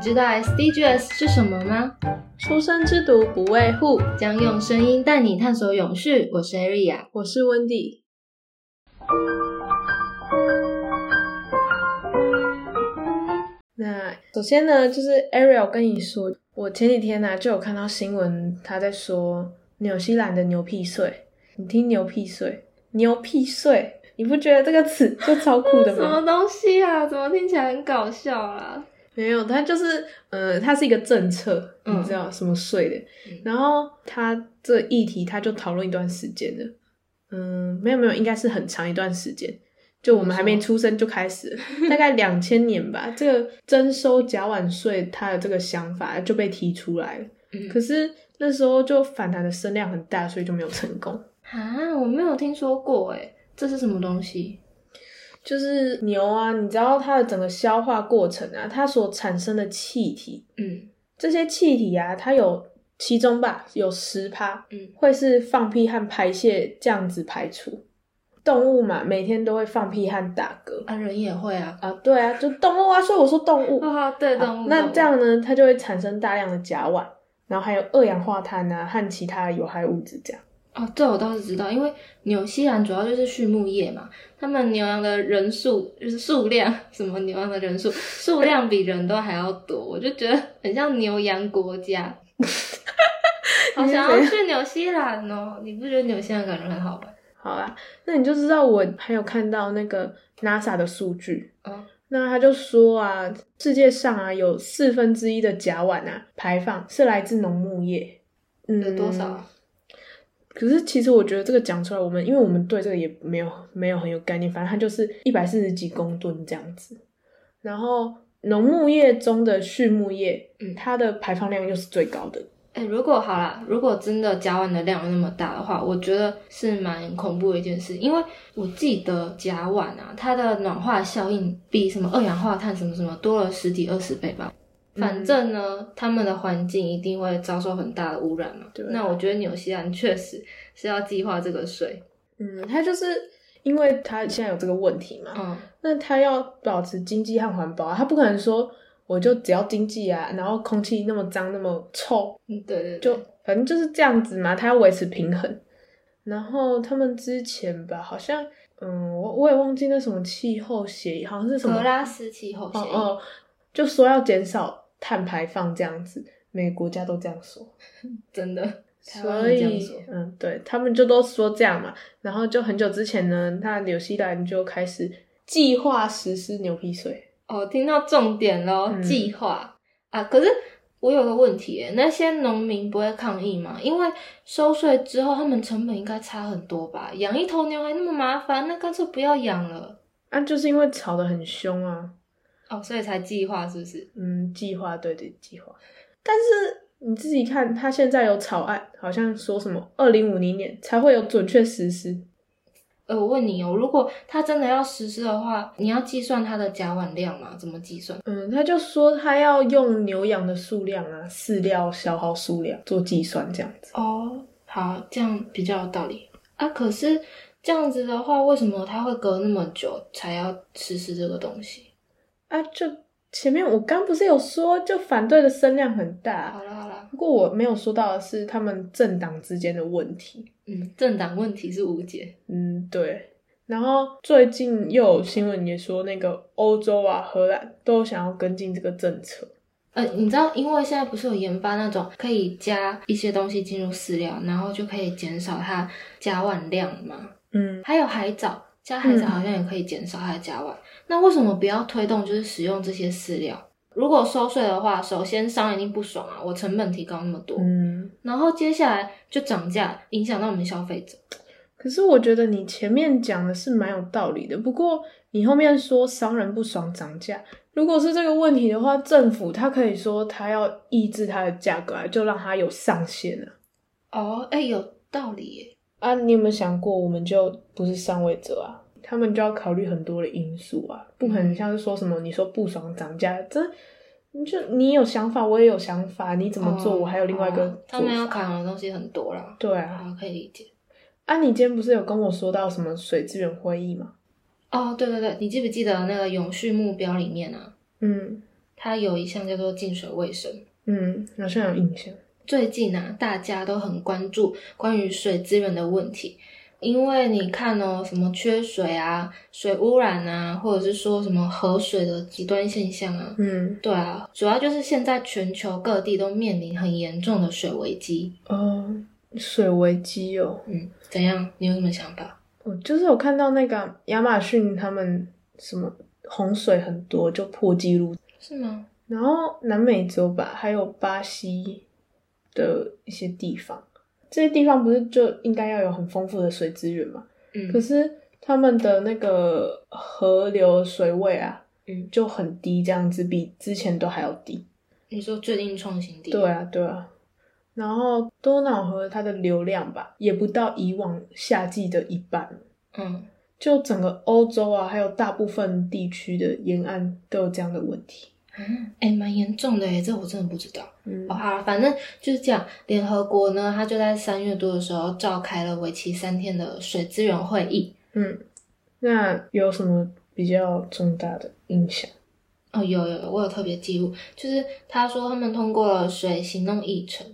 知道 SDGs 是什么吗？初生之犊不畏虎，将用声音带你探索永续。我是 Aria，我是温迪。那首先呢，就是 Ariel 跟你说，我前几天呢、就有看到新闻，他在说纽西兰的牛屁税。你听牛屁税，牛屁税，你不觉得这个词就超酷 的什么吗？东西啊？怎么听起来很搞笑啊？没有，它就是呃，它是一个政策，嗯你知道什么税的。嗯然后它这议题，它就讨论一段时间的。嗯，没有没有，应该是很长一段时间。就我们还没出生就开始了，大概两千年吧。这个征收甲烷税，它的这个想法就被提出来了。嗯可是那时候就反弹的声量很大，所以就没有成功。啊，我没有听说过哎，这是什么东西？就是牛啊，你知道它的整个消化过程啊，它所产生的气体，嗯这些气体啊，它有其中吧有十趴，嗯会是放屁和排泄这样子排出。动物嘛，每天都会放屁和打嗝啊，人也会啊。啊，对啊，就动物啊，所以我说动物。哦，对，动好物。那动物这，样呢，它就会产生大量的甲烷，然后还有二氧化碳啊和其他有害物质这样。哦，这我倒是知道，因为纽西兰主要就是畜牧业嘛，他们牛羊的人数就是数量，什么牛羊的人数数量比人都还要多，我就觉得很像牛羊国家。好想要去纽西兰哦！你不觉得纽西兰感觉很好玩？好啦，那你就知道我还有看到那个 NASA 的数据，嗯那他就说啊，世界上啊有四分之一的甲烷啊排放是来自农牧业，嗯，有多少啊？可是其实我觉得这个讲出来，我们因为我们对这个也没有没有很有概念，反正它就是一百四十几公吨这样子。然后农牧业中的畜牧业，嗯它的排放量又是最高的。哎、如果好啦，如果真的甲烷的量有那么大的话，我觉得是蛮恐怖的一件事，因为我记得甲烷啊，它的暖化效应比什么二氧化碳什么什么多了十几二十倍吧。反正呢，他们的环境一定会遭受很大的污染嘛。对那我觉得纽西兰确实是要计划这个税。嗯，它就是因为它现在有这个问题嘛，嗯，那它要保持经济和环保啊，它不可能说我就只要经济啊，然后空气那么脏那么臭，嗯对对对，就反正就是这样子嘛，它要维持平衡。然后他们之前吧，好像嗯，我我也忘记那什么气候协议，好像是什么格拉斯气候协哦议。哦，就说要减少碳排放这样子，每个国家都这样说，真的，台湾所也这样以说嗯，对他们就都说这样嘛。然后就很久之前呢，那纽西兰就开始计划实施牛皮税。哦，听到重点喽，嗯计划、啊！可是我有个问题耶，那些农民不会抗议吗？因为收税之后，他们成本应该差很多吧？养一头牛还那么麻烦，那干脆不要养了。啊，就是因为吵得很凶啊，哦，所以才计划是不是？嗯，计划对对计划，但是你自己看，他现在有草案，好像说什么二零五零年才会有准确实施。呃，我问你哦，如果他真的要实施的话，你要计算它的甲烷量吗？怎么计算？嗯，他就说他要用牛羊的数量啊、饲料消耗数量做计算，这样子。哦，好，这样比较有道理啊。可是这样子的话，为什么它会隔那么久才要实施这个东西？啊，就前面我刚不是有说，就反对的声量很大啊好。啦好啦，不过我没有说到的是他们政党之间的问题。嗯，政党问题是无解。嗯，对。然后最近又有新闻也说，那个欧洲啊、荷兰都想要跟进这个政策。呃，你知道，因为现在不是有研发那种可以加一些东西进入饲料，然后就可以减少它甲烷量吗？嗯，还有海藻，加海藻嗯好像也可以减少它的甲烷。那为什么不要推动就是使用这些饲料？如果收税的话，首先商人一定不爽啊，我成本提高那么多，嗯，然后接下来就涨价，影响到我们消费者。可是我觉得你前面讲的是蛮有道理的，不过你后面说商人不爽涨价，如果是这个问题的话，政府他可以说他要抑制它的价格啊，就让它有上限啊。哦，哎，有道理耶。啊，你有没有想过，我们就不是上位者啊？他们就要考虑很多的因素啊，不可嗯能像是说什么你说不爽涨价，这你就你有想法，我也有想法，你怎么做，哦我还有另外一好啊个他做们要法。考量的东西很多啦，对啊，好，可以理解。啊，你今天不是有跟我说到什么水资源会议吗？哦，对对对，你记不记得那个永续目标里面啊，嗯，它有一项叫做净水卫生。嗯，好像有印象。最近啊，大家都很关注关于水资源的问题，因为你看哦，什么缺水啊、水污染啊，或者是说什么河水的极端现象啊，嗯，对啊，主要就是现在全球各地都面临很严重的水危机。哦，水危机哦，嗯，怎样？你有什么想法？我就是有看到那个亚马逊他们什么洪水很多就破纪录，是吗？然后南美洲吧，还有巴西的一些地方，这些地方不是就应该要有很丰富的水资源嘛？可嗯，是他们的那个河流水位啊，嗯就很低，这样子比之前都还要低。你说最近创新低，对啊，对啊。然后多瑙河它的流量吧，也不到以往夏季的一半。嗯，就整个欧洲啊，还有大部分地区的沿岸都有这样的问题。嗯，哎、蛮严重的耶，这我真的不知道。嗯哦，好了，反正就是这样。联合国呢，它就在三月多的时候召开了为期三天的水资源会议。嗯，那有什么比较重大的影响？哦，有有有，我有特别记录，就是他说他们通过了水行动议程。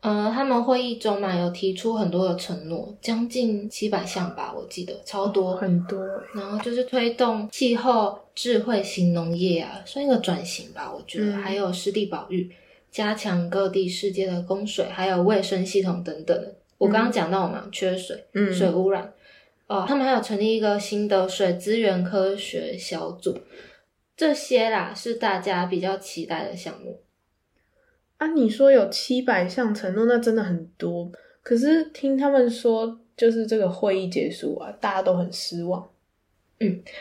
呃，他们会议中嘛有提出很多的承诺，将近七百项吧，我记得超多。很多然后就是推动气候智慧型农业啊，算一个转型吧，我觉得，嗯还有湿地保育，加强各地世界的供水还有卫生系统等等。我刚刚讲到嘛，缺水、嗯水污染，哦，他们还有成立一个新的水资源科学小组，这些啦是大家比较期待的项目。啊！你说有七百项承诺，那真的很多。可是听他们说，就是这个会议结束啊，大家都很失望。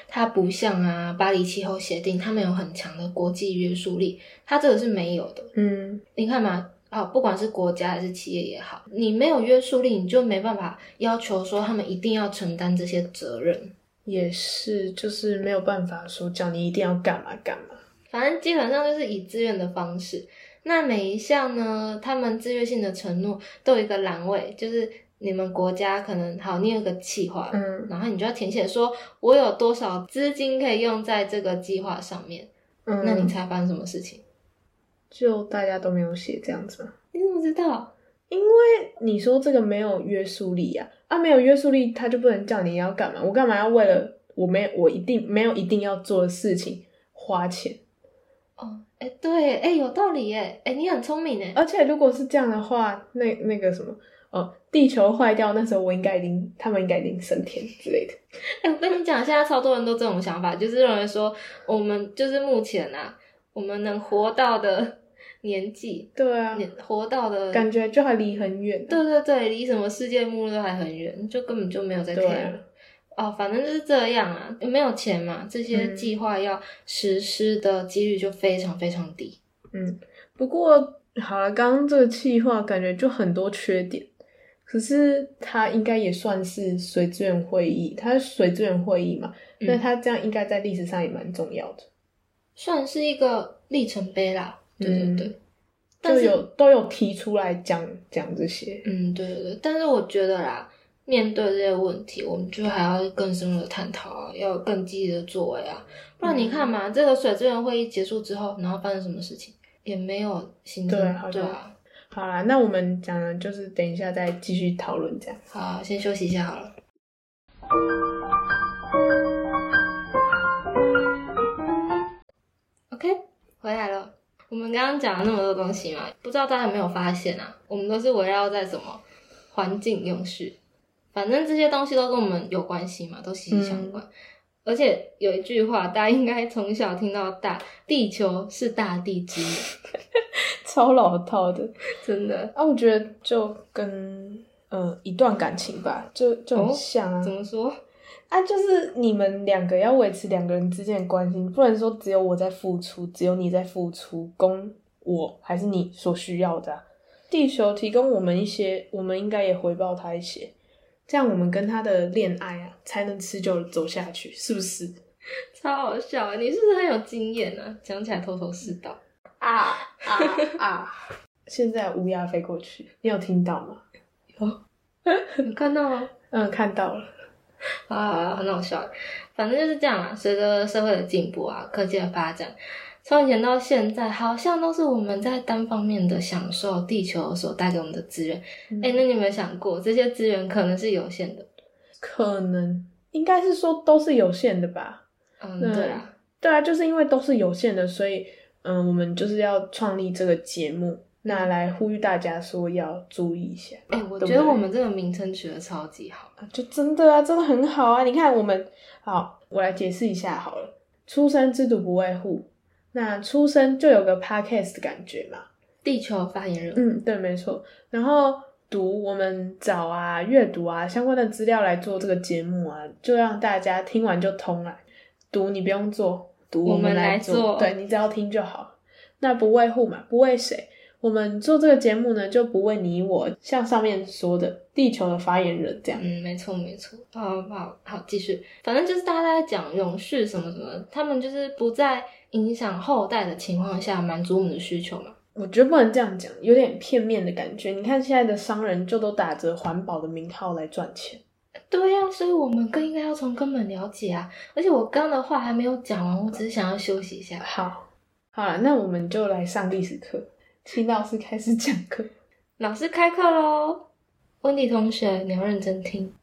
它不像啊巴黎气候协定，他们有很强的国际约束力，它这个是没有的。嗯你看嘛，好，不管是国家还是企业也好，你没有约束力，你就没办法要求说他们一定要承担这些责任。也是，就是没有办法说叫你一定要干嘛干嘛。反正基本上就是以自愿的方式。那每一项呢，他们自愿性的承诺都有一个栏位，就是你们国家可能好，你有个计划，嗯然后你就要填写说，我有多少资金可以用在这个计划上面。嗯，那你猜发生什么事情？就大家都没有写这样子吗？你怎么知道？你说这个没有约束力啊，啊，没有约束力，他就不能叫你要干嘛？我干嘛要为了我没我一定没有一定要做的事情花钱？哦，哎、对，哎、有道理耶，哎、你很聪明哎。而且如果是这样的话，那那个什么，哦，地球坏掉那时候我应该已经，他们应该已经升天之类的。 哎、我跟你讲，现在超多人都这种想法，就是认为说，我们就是目前啊，我们能活到的 年纪，对啊，年活到的，感觉就还离很远。对对对，离什么世界末日都还很远，就根本就没有在对 care 啊了。哦，反正就是这样啊，没有钱嘛，这些嗯计划要实施的几率就非常非常低。不过好了，刚刚这个计划感觉就很多缺点，可是它应该也算是水资源会议，它是水资源会议嘛，嗯那它这样应该在历史上也蛮重要的。算是一个里程碑啦，对对嗯对。但就是有都有提出来讲讲这些。嗯，对对对，但是我觉得啦，面对这些问题，我们就还要更深入的探讨啊，要有更积极的作为啊，不然你看嗯嘛，这个水资源会议结束之后，然后发生什么事情也没有行动对好，对像啊，好啦，那我们讲了，就是等一下再继续讨论这样。好，先休息一下好了。OK，回来了。我们刚刚讲了那么多东西嘛，不知道大家有没有发现啊？我们都是围绕在什么环境用事，反正这些东西都跟我们有关系嘛，都息息相关。而且有一句话，大家应该从小听到大：地球是大地之母。超老套的 真的？啊，我觉得就跟呃一段感情吧，就就哦很像啊、怎么说？啊，就是你们两个要维持两个人之间的关系，不能说只有我在付出，只有你在付出，供我还是你所需要的啊、地球提供我们一些，我们应该也回报他一些，这样我们跟他的恋爱啊，才能持久地走下去，是不是？超好笑啊！你是不是很有经验啊？讲起来头头是道。啊啊啊！现在乌鸦飞过去，你有听到吗？有看到吗？嗯，看到了。啊啊，很好笑。反正就是这样啦。随着社会的进步啊，科技的发展，从以前到现在，好像都是我们在单方面的享受地球所带给我们的资源。哎、嗯那你有没有想过，这些资源可能是有限的？可能应该是说都是有限的吧。嗯，对对啊，对啊，就是因为都是有限的，所以嗯，我们就是要创立这个节目，那来呼吁大家说要注意一下。哎、我觉对得不我对们这个名称取得超级好。啊，就真的啊，真的很好啊！你看我们，好，我来解释一下好了。出生之犊不畏虎，那出生就有个 podcast 的感觉嘛。地球发言人，嗯，对，没错。然后读我们找啊、阅读啊相关的资料来做这个节目啊，就让大家听完就通了。读你不用做，读我们们来来做对你只要听就好。那不为护嘛，不为谁。我们做这个节目呢，就不为你我，像上面说的，地球的发言人这样。嗯，没错没错，好好好，好继续，反正就是大家在讲永续什么什么，他们就是不在影响后代的情况下满足我们的需求嘛。我觉得不能这样讲，有点片面的感觉。你看现在的商人就都打着环保的名号来赚钱，对呀、所以我们更应该要从根本了解啊。而且我刚的话还没有讲完，我只是想要休息一下。好，好了，那我们就来上历史课，请老师开始讲课。 老师开课喽，温迪同学，你要认真听。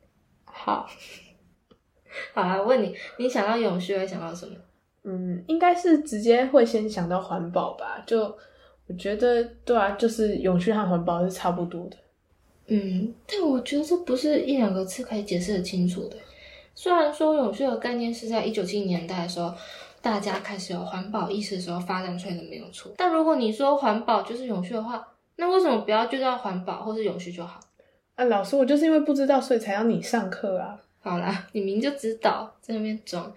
好，好啦，我问你，你想到永续会想到什么？嗯，应该是直接会先想到环保吧？就我觉得，对啊，就是永续和环保是差不多的。嗯，但我觉得这不是一两个字可以解释得清楚的。虽然说永续的概念是在一九七零年代的时候，大家开始有环保意识的时候发展出来的，没有错。但如果你说环保就是永续的话，那为什么不要就叫环保或是永续就好？啊，老师，我就是因为不知道，所以才让你上课啊。好啦，你明就知道在那边装。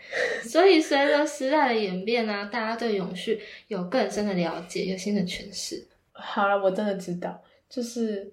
所以随着时代的演变啊，大家对永续有更深的了解，有新的诠释。好了，我真的知道，就是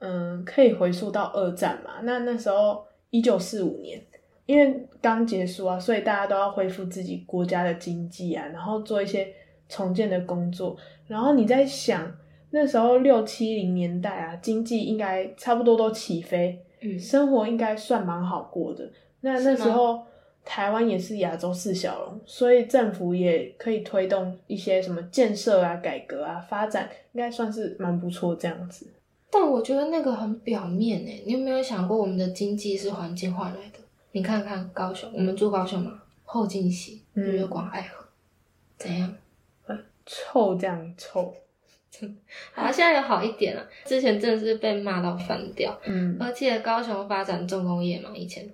嗯，可以回溯到二战嘛。那那时候一九四五年，因为刚结束啊，所以大家都要恢复自己国家的经济啊，然后做一些重建的工作。然后你在想，那时候六七零年代啊，经济应该差不多都起飞，嗯生活应该算蛮好过的。那是那吗时候台湾也是亚洲四小龙，所以政府也可以推动一些什么建设啊、改革啊、发展，应该算是蛮不错这样子。但我觉得那个很表面诶、你有没有想过我们的经济是环境换来的？你看看高雄，我们住高雄嘛，后劲溪、嗯日月光、爱河，怎样？臭这样臭，好、啊，现在有好一点了、之前真的是被骂到翻掉，嗯，而且高雄发展重工业嘛，以前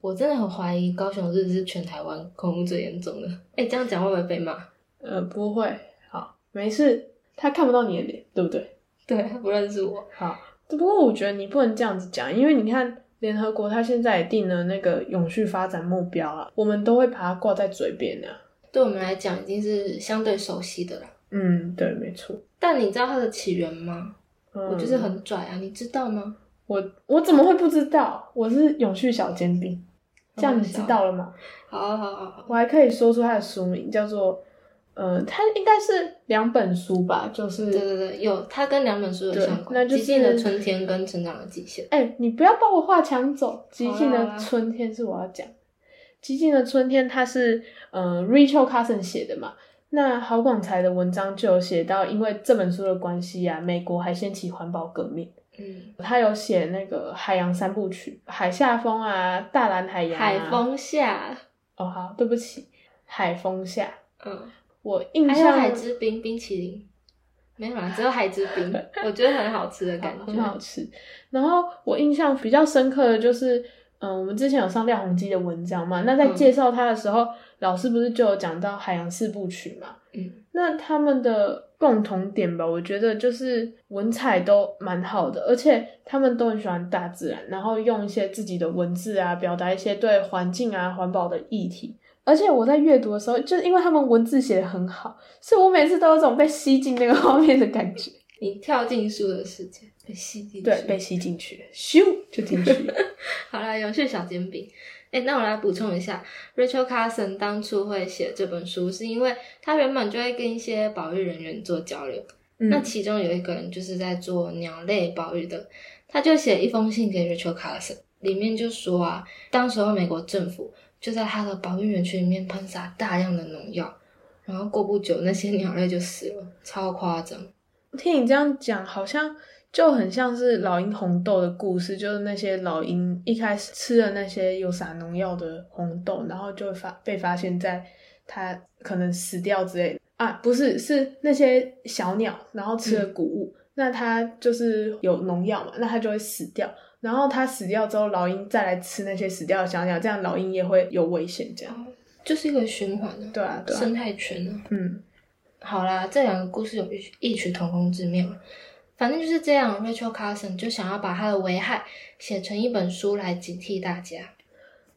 我真的很怀疑高雄真的是全台湾空污最严重的。哎、这样讲会不会被骂？ 呃，不会，好，没事，他看不到你的脸，对不对？对他不认识我，好，只不过我觉得你不能这样子讲，因为你看联合国它现在也定了那个永续发展目标啊，我们都会把它挂在嘴边啊。对我们来讲已经是相对熟悉的了。嗯，对，没错。但你知道它的起源吗？嗯、我就是很拽啊，你知道吗？我我怎么会不知道？我是永续小煎饼，这样你知道了吗？好好好好，我还可以说出它的书名，叫做呃，它应该是两本书吧，就是对对对，有它跟两本书有对相关，那就极是限的春天》跟《成长的极限》。哎、你不要把我话抢走。极尽好啦的好啦春天是我要讲，极尽的春天它是呃 Rachel Carson 写的嘛。那郝广才的文章就有写到，因为这本书的关系啊，美国还掀起环保革命。嗯，他有写那个海洋三部曲，海下风啊，大蓝海洋、啊，海风下，哦，好，对不起，海风下，嗯，我印还有象海之冰冰淇淋，没有啦，只有海之冰，我觉得很好吃的感觉。 很好吃。然后我印象比较深刻的就是，嗯，我们之前有上廖鸿基的文章嘛，那在嗯介绍他的时候，老师不是就有讲到海洋四部曲嘛？嗯，那他们的共同点吧，我觉得就是文采都蛮好的，而且他们都很喜欢大自然，然后用一些自己的文字啊，表达一些对环境啊、环保的议题。而且我在阅读的时候，就是因为他们文字写的很好，所以我每次都有种被吸进那个画面的感觉。你跳进书的世界，被吸进去。对，被吸进去，咻就进去 了。好啦，有趣小煎饼。哎、那我来补充一下，Rachel Carson 当初会写这本书，是因为他原本就会跟一些保育人员做交流，那嗯，其中有一个人就是在做鸟类保育的，他就写一封信给 Rachel Carson，里面就说啊，当时候美国政府就在他的保育园区里面喷洒大量的农药，然后过不久那些鸟类就死了，超夸张。听你这样讲，好像就很像是老鹰红豆的故事，就是那些老鹰一开始吃了那些有撒农药的红豆，然后就会发被发现在它可能死掉之类的啊，不是，是那些小鸟，然后吃了谷物，那它就是有农药嘛，那它就会死掉。然后它死掉之后，老鹰再来吃那些死掉的小鸟，这样老鹰也会有危险。这样，就是一个循环啊，对啊，对啊，生态圈啊。嗯，好啦，这两个故事有异曲异曲同工之妙。反正就是这样，Rachel Carson 就想要把它的危害写成一本书来警惕大家。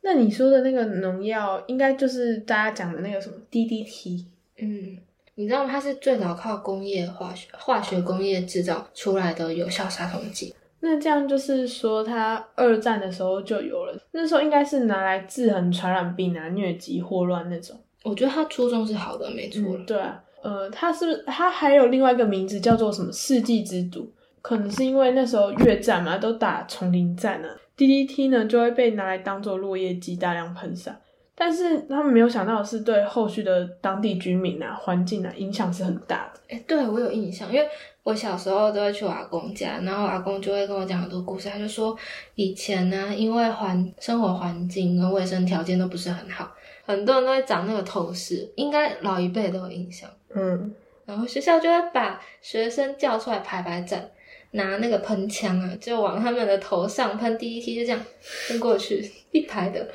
那你说的那个农药，应该就是大家讲的那个什么 DDT。嗯，你知道吗？它是最早靠工业化学化学工业制造出来的有效杀虫剂。那这样就是说，它二战的时候就有了，那时候应该是拿来制衡传染病啊、疟疾、霍乱那种。我觉得它初衷是好的，没错啦。对啊，呃，它是不是它还有另外一个名字叫做什么“世纪之毒”？可能是因为那时候越战嘛，都打丛林战啊，DDT 呢就会被拿来当做落叶剂大量喷洒。但是他们没有想到的是，对后续的当地居民啊、环境啊影响是很大的。哎、对我有印象，因为我小时候都会去我阿公家，然后我阿公就会跟我讲很多故事。他就说，以前呢、因为环生活环境跟卫生条件都不是很好，很多人都会长那个透视，应该老一辈都有印象。嗯，然后学校就会把学生叫出来排排站，拿那个喷枪啊，就往他们的头上喷第一 t 就这样喷过去， 一排的。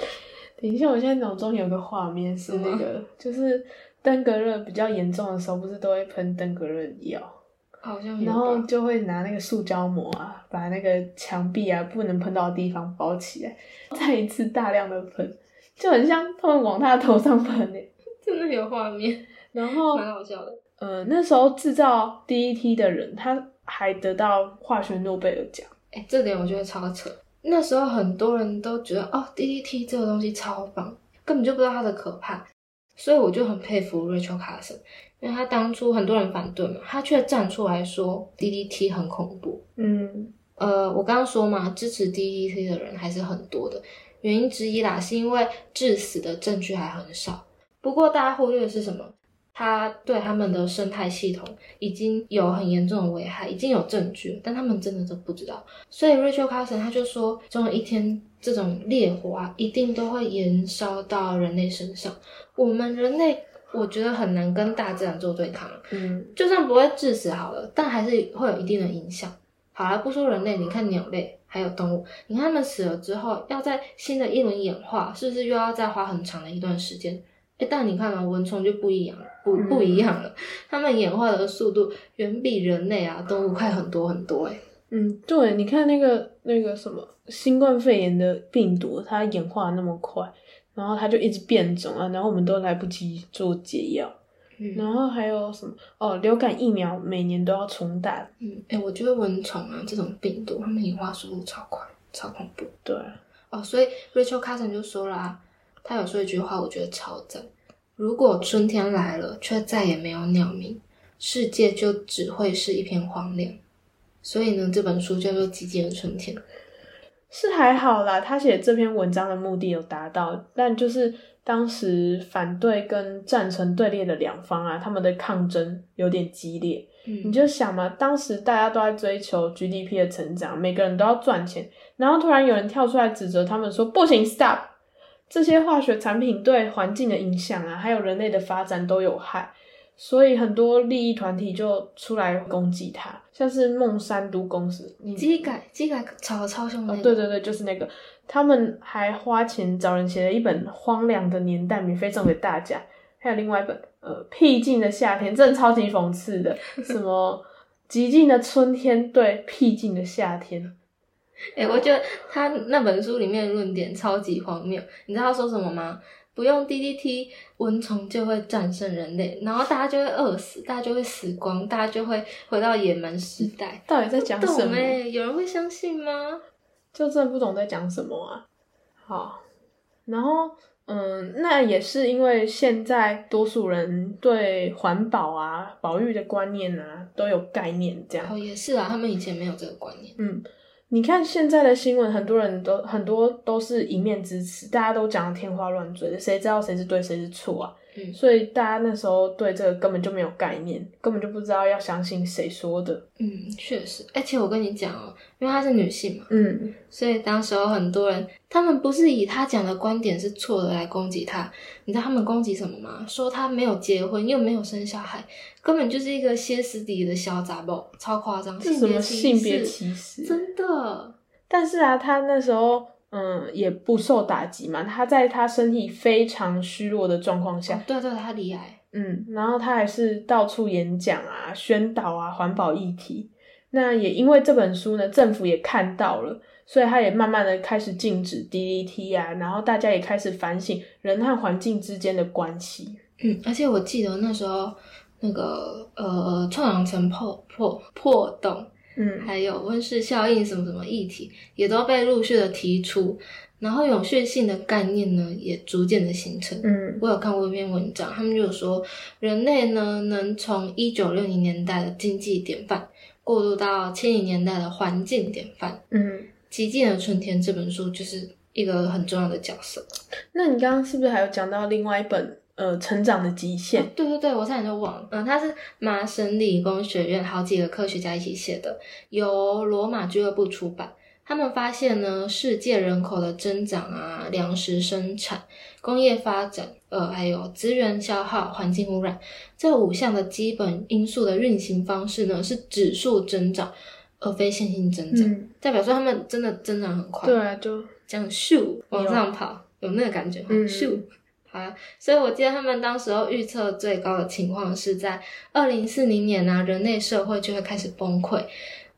等一下，我现在脑中有个画面是那个，就是登革热比较严重的时候，不是都会喷登革热药？好像有然后吧就会拿那个塑胶膜啊，把那个墙壁啊不能喷到的地方包起来，再一次大量的喷，就很像他们往他的头上喷欸真的有画面，然后蛮好笑的。呃，那时候制造 DET 的人，他还得到化学诺贝尔奖。哎、这点我觉得超扯。那时候很多人都觉得哦，DDT 这个东西超棒，根本就不知道它的可怕，所以我就很佩服 Rachel Carson，因为他当初很多人反对嘛，他却站出来说 DDT 很恐怖。嗯呃，我刚刚说嘛，支持 DDT 的人还是很多的，原因之一啦，是因为致死的证据还很少。不过大家忽略的是什么？它对他们的生态系统已经有很严重的危害，已经有证据了，但他们真的都不知道。所以 Rachel Carson 他就说，总有一天这种烈火啊，一定都会延烧到人类身上。我们人类，我觉得很难跟大自然做对抗啊嗯，就算不会致死好了，但还是会有一定的影响。好了，不说人类，你看鸟类还有动物，你看它们死了之后，要在新的一轮演化，是不是又要再花很长的一段时间？哎，但你看嘛，蚊虫就不一样了，不不一样了，它们演化的速度远比人类啊动物快很多很多、欸。哎，嗯，对，你看那个那个什么新冠肺炎的病毒，它演化那么快，然后它就一直变种啊，然后我们都来不及做解药。然后还有什么？哦，流感疫苗每年都要重打。嗯，哎、我觉得蚊虫啊这种病毒，它们演化速度超快，超恐怖。对，哦，所以 Rachel Carson 就说了啊，他有说一句话，我觉得超赞。如果春天来了，却再也没有鸟鸣，世界就只会是一片荒凉。所以呢，这本书叫做《寂静的春天》。是还好啦。他写这篇文章的目的有达到，但就是当时反对跟赞成队列的两方啊，他们的抗争有点激烈。你嗯，就想嘛，当时大家都在追求 GDP 的成长，每个人都要赚钱，然后突然有人跳出来指责他们说不行，stop，这些化学产品对环境的影响啊，还有人类的发展都有害，所以很多利益团体就出来攻击他，像是孟山都公司，你机改机改超超凶的、哦，对对对，就是那个，他们还花钱找人写了一本《荒凉的年代》，免费送给大家。还有另外一本，呃，《僻静的夏天》，真的超级讽刺的，什么极静的春天对僻静的夏天，哎、我觉得他那本书里面的论点超级荒谬。你知道他说什么吗？不用 DDT，蚊虫就会战胜人类，然后大家就会饿死，大家就会死光，大家就会回到野蛮时代。到底在讲什懂么？哎、有人会相信吗？就真的不懂在讲什么啊。好，然后嗯，那也是因为现在多数人对环保啊、保育的观念啊都有概念，这样嗯哦，也是啊，他们以前没有这个观念。你看现在的新闻，很多人都很多都是一面之词，大家都讲得天花乱坠的，谁知道谁是对谁是错啊？嗯所以大家那时候对这个根本就没有概念，根本就不知道要相信谁说的。嗯，确实，而且我跟你讲哦、因为她是女性嘛，嗯，所以当时候很多人，他们不是以她讲的观点是错的来攻击她，你知道他们攻击什么吗？说她没有结婚，又没有生小孩，根本就是一个歇斯底里的小杂包，超夸张，这什么性性别歧歧视？真的，但是啊，他那时候嗯也不受打击嘛，他在他身体非常虚弱的状况下，哦对对，她离癌，嗯，然后他还是到处演讲啊、宣导啊环保议题。那也因为这本书呢，政府也看到了，所以他也慢慢的开始禁止 DDT 啊，然后大家也开始反省人和环境之间的关系。嗯，而且我记得那时候那个呃，臭氧层破破破洞。嗯，还有温室效应什么什么议题，也都被陆续的提出，然后永续性的概念呢，也逐渐的形成。嗯我有看过一篇文章，他们就有说，人类呢能从一九六零年代的经济典范，过渡到七零年代的环境典范，嗯， 《极尽的春天》这本书就是一个很重要的角色。那你刚刚是不是还有讲到另外一本呃《成长的极限》？哦对对对，我差点就忘了，嗯，它是麻省理工学院好几个科学家一起写的，由罗马俱乐部出版。他们发现呢，世界人口的增长啊，粮食生产、工业发展，呃，还有资源消耗、环境污染这五项的基本因素的运行方式呢，是指数增长，而非线性增长。嗯，代表说他们真的增长很快。对啊，就这样咻往上跑，有那个感觉，嗯咻。好啊，所以我记得他们当时候预测最高的情况是在二零四零年啊，人类社会就会开始崩溃，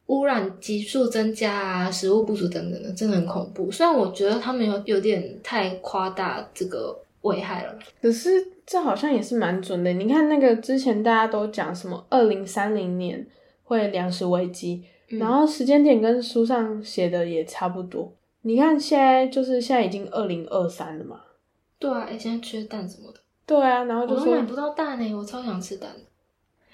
污染急速增加啊，食物不足等等的，真的很恐怖。虽然我觉得他们有有点太夸大这个危害了，可是这好像也是蛮准的。你看那个之前大家都讲什么二零三零年会粮食危机，嗯然后时间点跟书上写的也差不多。你看现在就是现在已经二零二三了嘛，对啊，诶现在缺蛋什么的，对啊，然后我就都说买哦不到蛋呢、我超想吃蛋的。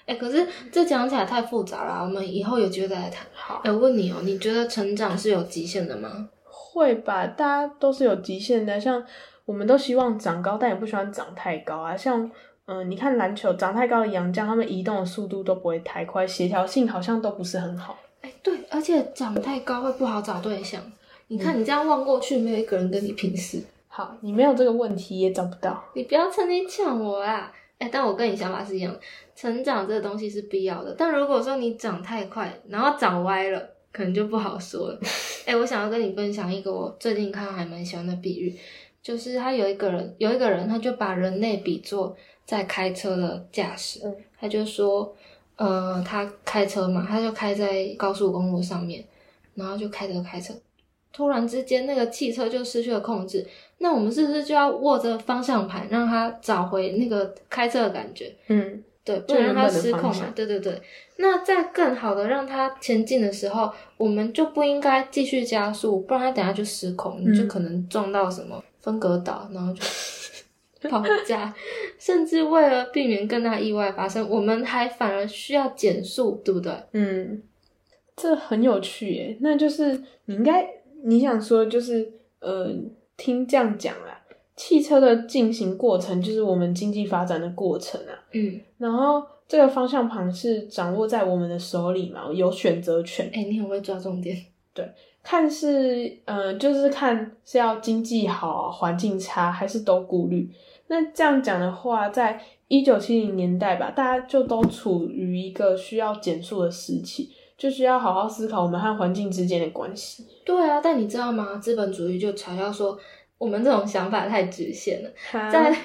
哎、可是这讲起来太复杂了啊，我们以后有机会再来谈。好哎、我问你哦，你觉得成长是有极限的吗？会吧，大家都是有极限的，像我们都希望长高，但也不喜欢长太高啊，像。嗯，你看篮球长太高的洋将，他们移动的速度都不会太快，协调性好像都不是很好。哎，对，而且长太高会不好找对象。你看，你这样望过去，没有一个人跟你平视。好，你没有这个问题也找不到。你不要趁机抢我啊！哎，但我跟你想法是一样的，成长这个东西是必要的。但如果说你长太快，然后长歪了，可能就不好说了。哎，我想要跟你分享一个我最近看到还蛮喜欢的比喻，就是他有一个人，有一个人，他就把人类比作在开车的驾驶，嗯他就说，呃，他开车嘛，他就开在高速公路上面，然后就开车开车，突然之间那个汽车就失去了控制，那我们是不是就要握着方向盘，让它找回那个开车的感觉？嗯，对，不就能让它原本的失控方嘛向。对对对。那在更好的让它前进的时候，我们就不应该继续加速，不然它等下就失控，嗯你就可能撞到什么分隔岛，然后就 跑家。甚至为了避免更大意外发生，我们还反而需要减速，对不对？嗯，这很有趣耶。那就是你应该你想说就是呃，听这样讲啦，汽车的进行过程就是我们经济发展的过程啊。嗯，然后这个方向盘是掌握在我们的手里嘛，有选择权。哎、你很会抓重点。看是呃，就是看是要经济好、啊环境差，还是都顾虑。那这样讲的话，在一九七零年代吧，大家就都处于一个需要减速的时期，就需要好好思考我们和环境之间的关系。对啊，但你知道吗？资本主义就嘲笑说，我们这种想法太局限了。啊在《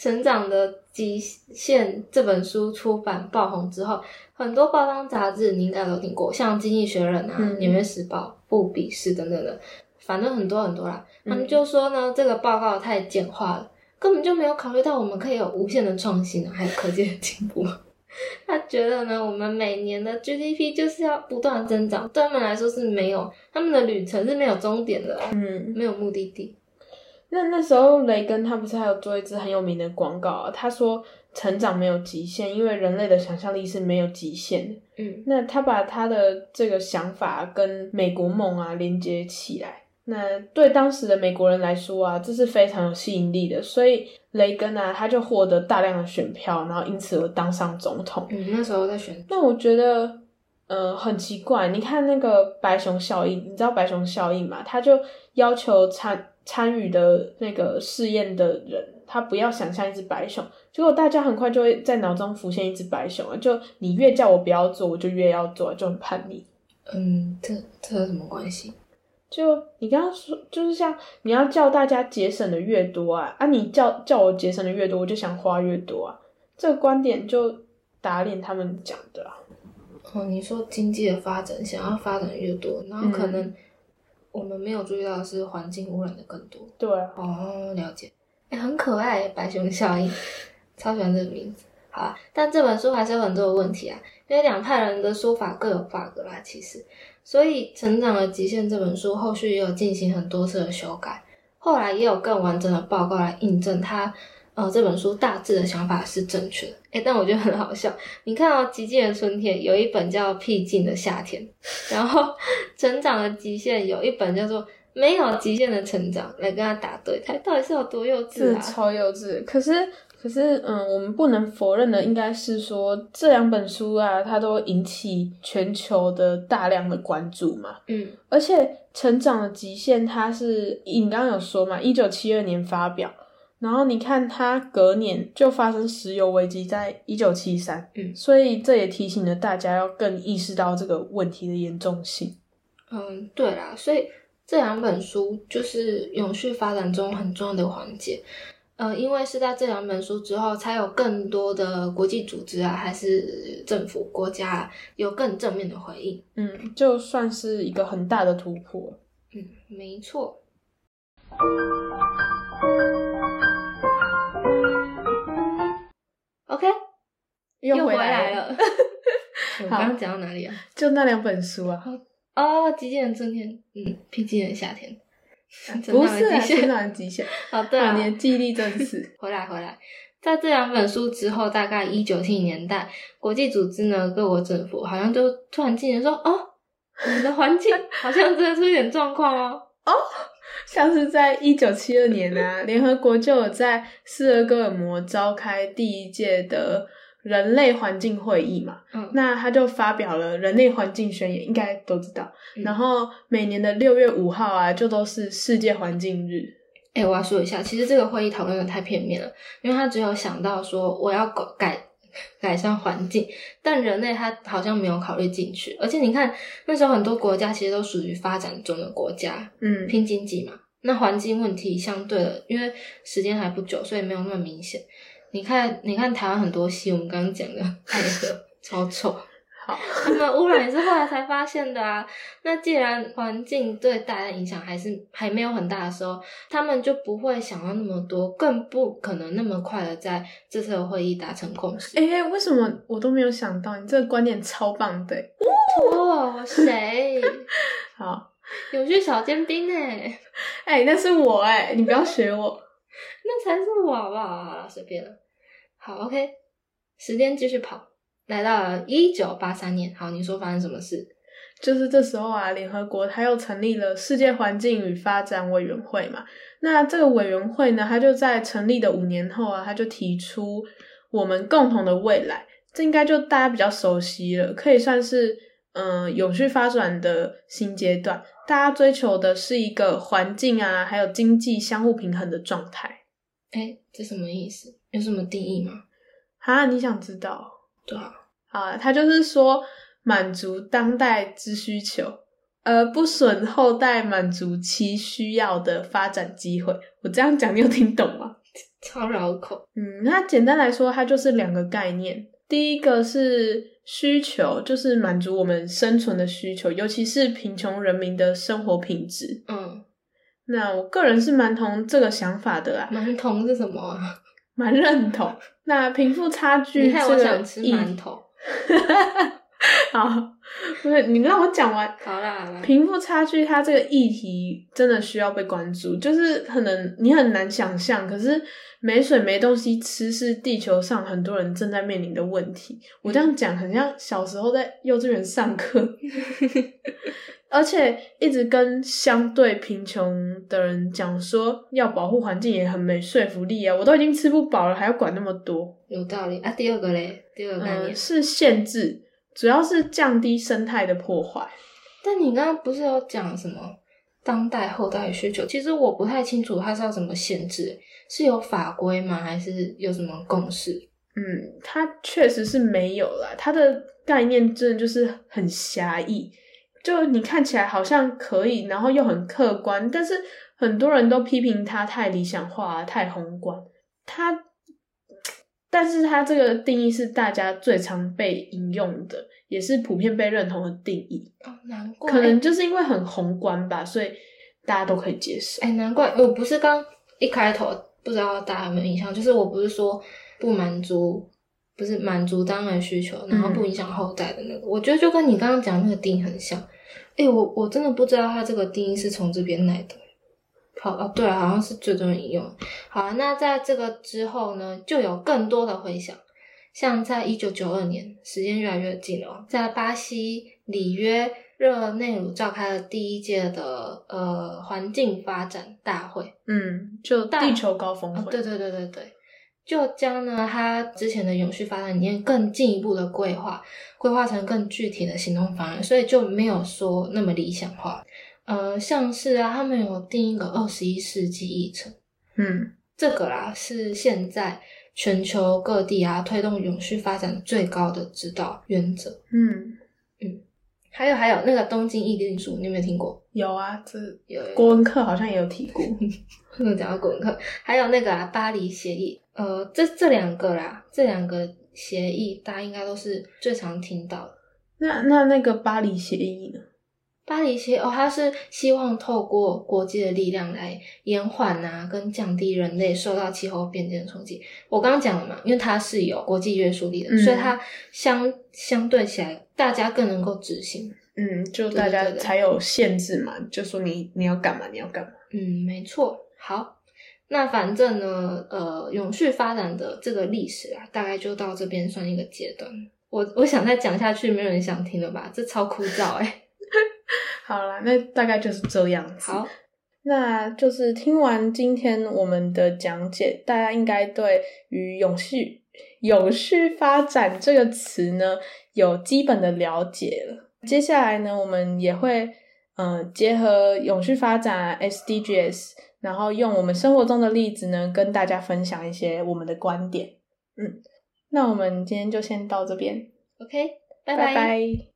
成长的极限》这本书出版爆红之后，很多报章杂志你应该都听过，像《经济学人》啊、嗯纽约时报》、《富比士》等等的，反正很多很多啦。他们嗯就说呢，这个报告太简化了，根本就没有考虑到我们可以有无限的创新啊，还有科技的进步。 他觉得呢，我们每年的 GDP 就是要不断地增长，对他们来说是没有，他们的旅程是没有终点的啊、嗯，没有目的地。那那时候雷根他不是还有做一支很有名的广告啊？他说成长没有极限，因为人类的想象力是没有极限的。嗯，那他把他的这个想法跟美国梦啊连接起来，那对当时的美国人来说啊，这是非常有吸引力的。所以雷根啊，他就获得大量的选票，然后因此而当上总统。嗯，那时候在选，那我觉得，呃，很奇怪。你看那个白熊效应，你知道白熊效应嘛？他就要求参参与的那个试验的人，他不要想象一只白熊。结果大家很快就会在脑中浮现一只白熊啊！就你越叫我不要做，我就越要做，就很叛逆。嗯，这这有什么关系？就你刚刚说，就是像你要叫大家节省的越多啊，啊，你叫叫我节省的越多，我就想花越多啊。这个观点就打脸他们讲的啊。哦，你说经济的发展想要发展越多，然后可能我们没有注意到的是环境污染的更多。对啊，哦，了解。哎、很可爱，白熊效应，超喜欢这个名字。好啊，但这本书还是有很多的问题啊，因为两派人的说法各有 bug 啦，其实。所以《成长的极限》这本书后续也有进行很多次的修改，后来也有更完整的报告来印证它，呃，这本书大致的想法是正确的。哎、但我觉得很好笑，你看哦，《极尽的春天》有一本叫《僻静的夏天》， 然后《成长的极限》有一本叫做《没有极限的成长》，来跟他打对台，到底是有多幼稚是啊？超幼稚。可是，可是，嗯，我们不能否认的应该是说，这两本书啊，它都引起全球的大量的关注嘛。嗯而且，《成长的极限》它是你刚刚有说嘛，一九七二年发表，然后你看它隔年就发生石油危机，在一九七三，嗯所以这也提醒了大家要更意识到这个问题的严重性。嗯，对啦，所以这两本书就是永续发展中很重要的环节。呃，因为是在这两本书之后，才有更多的国际组织啊，还是政府国家、啊、有更正面的回应。嗯，就算是一个很大的突破。嗯，没错。OK，又回来。 了。我刚刚讲到哪里啊？就那两本书啊，哦，极简的春天，嗯，僻静的夏天， 真不的是啊，极成限。长的极限。哦， 对啊，哇你的记忆力真是 回来回来，在这两本书之后，大概一九七零年代，国际组织呢，各国政府好像就突然进言说，哦，我们的环 境好像真的出现状况哦。像是在一九七二年啊，联合国就有在斯德哥尔摩召开第一届的人类环境会议嘛，嗯，那他就发表了《人类环境宣言》，应该都知道。嗯然后每年的六月五号啊，就都是世界环境日。哎、我要说一下，其实这个会议讨论的太片面了，因为他只有想到说我要改改改善环境，但人类他好像没有考虑进去。而且你看，那时候很多国家其实都属于发展中的国家，嗯，拼经济嘛。那环境问题相对的，因为时间还不久，所以没有那么明显。你看，你看台湾很多溪，我们刚刚讲的爱河超臭，好，他们污染也是后来才发现的啊。那既然环境对大家影响还是还没有很大的时候，他们就不会想到那么多，更不可能那么快的在这次的会议达成共识。哎、为什么我都没有想到？你这个观点超棒的欸。哦，我谁？好，有去小尖兵哎、哎、那是我哎、你不要学我。那才是我好不好好啦？随便了。好，OK，时间继续跑，来到了一九八三年。好，你说发生什么事？就是这时候啊，联合国它又成立了世界环境与发展委员会嘛。那这个委员会呢，它就在成立的五年后啊，它就提出我们共同的未来，这应该就大家比较熟悉了，可以算是嗯、呃永续发展的新阶段。大家追求的是一个环境啊，还有经济相互平衡的状态。哎，这什么意思？有什么定义吗？哈，你想知道？对啊，啊，他就是说满足当代之需求，呃，不损后代满足其需要的发展机会。我这样讲，你有听懂吗？超绕口。嗯，那简单来说，它就是两个概念。第一个是需求，就是满足我们生存的需求，尤其是贫穷人民的生活品质。嗯，那我个人是蛮同这个想法的啊啦，馒头是什么啊？蛮认同。那贫富差距你看我这个想吃议馒头。 好，不是你让我讲完。好啦，好啦贫富差距，它这个议题真的需要被关注，就是可能你很难想象，可是没水没东西吃是地球上很多人正在面临的问题。我这样讲，很像小时候在幼稚园上课，而且一直跟相对贫穷的人讲说要保护环境，也很没说服力啊！我都已经吃不饱了，还要管那么多？有道理啊。第二个嘞，第二个概念，嗯，是限制，主要是降低生态的破坏。但你刚刚不是有讲什么当代后代的需求？其实我不太清楚它是要怎么限制，是有法规吗？还是有什么共识？嗯，它确实是没有啦，它的概念真的就是很狭义，就你看起来好像可以，然后又很客观，但是很多人都批评它太理想化、啊太宏观。它，但是它这个定义是大家最常被引用的，也是普遍被认同的定义。哦，难怪，可能就是因为很宏观吧，所以大家都可以接受。哎、难怪我不是刚一开头不知道大家有没有印象，就是我不是说不满足，不是满足当代需求，然后不影响后代的那个，我觉得就跟你刚刚讲那个定义很像。哎、我我真的不知道它这个定义是从这边来的。好哦，对啊，好像是最多人引用。好啊，那在这个之后呢，就有更多的回响。像在一九九二年，时间越来越近了哦，在巴西里约热内卢召开了第一届的呃环境发展大会。嗯，就大地球高峰啊，会。对对对对对，就将呢它之前的永续发展理念更进一步的规划，规划成更具体的行动方案，所以就没有说那么理想化。呃，像是啊，他们有定一个二十一世纪议程，嗯这个啦是现在全球各地啊推动永续发展最高的指导原则。嗯，还有还有那个东京议定书，你有没有听过？有啊，这有有有国文课好像也有提过。为什么讲到国文课？还有那个啊，巴黎协议，呃，这这两个啦，这两个协议大家应该都是最常听到的。那那那个巴黎协议呢？巴黎协议哦，它是希望透过国际的力量来延缓啊，跟降低人类受到气候变迁的冲击。我刚刚讲了嘛，因为它是有国际约束力的，嗯所以它相相对起来，大家更能够执行。嗯，就对大对家对才有限制嘛，就说你你要干嘛，你要干嘛。嗯，没错。好，那反正呢，呃，永续发展的这个历史啊，大概就到这边算一个阶段。我我想再讲下去，没有人想听了吧？这超枯燥哎、好啦，那大概就是这样子。好，那就是听完今天我们的讲解，大家应该对于永续、永续发展这个词呢有基本的了解了。接下来呢，我们也会呃结合永续发展啊 SDGs，然后用我们生活中的例子呢，跟大家分享一些我们的观点。嗯，那我们今天就先到这边， ，OK，拜拜拜